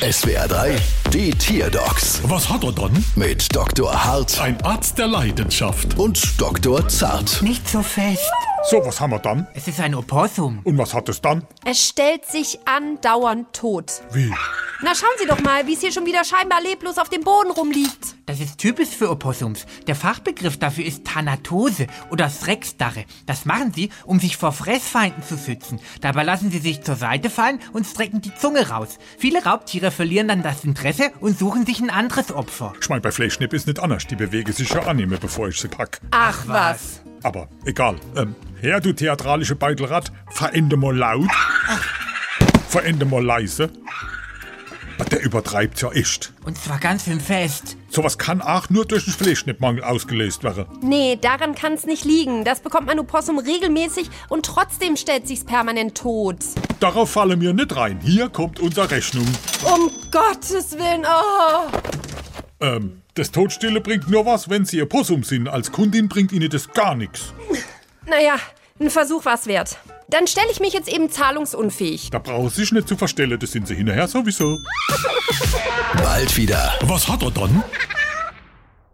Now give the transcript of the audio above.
SWR 3, die Tierdocs Was hat er dann? mit Dr. Hart Ein Arzt der Leidenschaft. und Dr. Zart. Nicht so fest. So, was haben wir dann? Es ist ein Opossum. Und was hat es dann? Es stellt sich andauernd tot. Wie? Na schauen Sie doch mal, wie es hier schon wieder scheinbar leblos auf dem Boden rumliegt. Das ist typisch für Opossums. Der Fachbegriff dafür ist Thanatose oder Streckstarre. Das machen sie, um sich vor Fressfeinden zu schützen. Dabei lassen sie sich zur Seite fallen und strecken die Zunge raus. Viele Raubtiere verlieren dann das Interesse und suchen sich ein anderes Opfer. Ich mein, bei Fleischschnipp ist nicht anders. Die bewege sich ja annehme, bevor ich sie pack. Ach was. Aber egal. Ähm, her, du theatralische Beutelrad. Verende mal laut. Verende mal leise. Aber Der übertreibt ja echt. Und zwar ganz schön fest. Sowas kann auch nur durch den Fleischschnittmangel ausgelöst werden. Nee, daran kann's nicht liegen. Das bekommt man Opossum regelmäßig und trotzdem stellt sich's permanent tot. Darauf falle mir nicht rein. Hier kommt unsere Rechnung. Um Gottes Willen, oh. Ähm, das Todstille bringt nur was, wenn Sie ihr Possum sind. Als Kundin bringt Ihnen das gar nichts. Naja, ein Versuch war's wert. Dann stelle ich mich jetzt eben zahlungsunfähig. Da brauchen Sie sich nicht zu verstellen, das sind Sie hinterher sowieso. Bald wieder. Was hat er dann?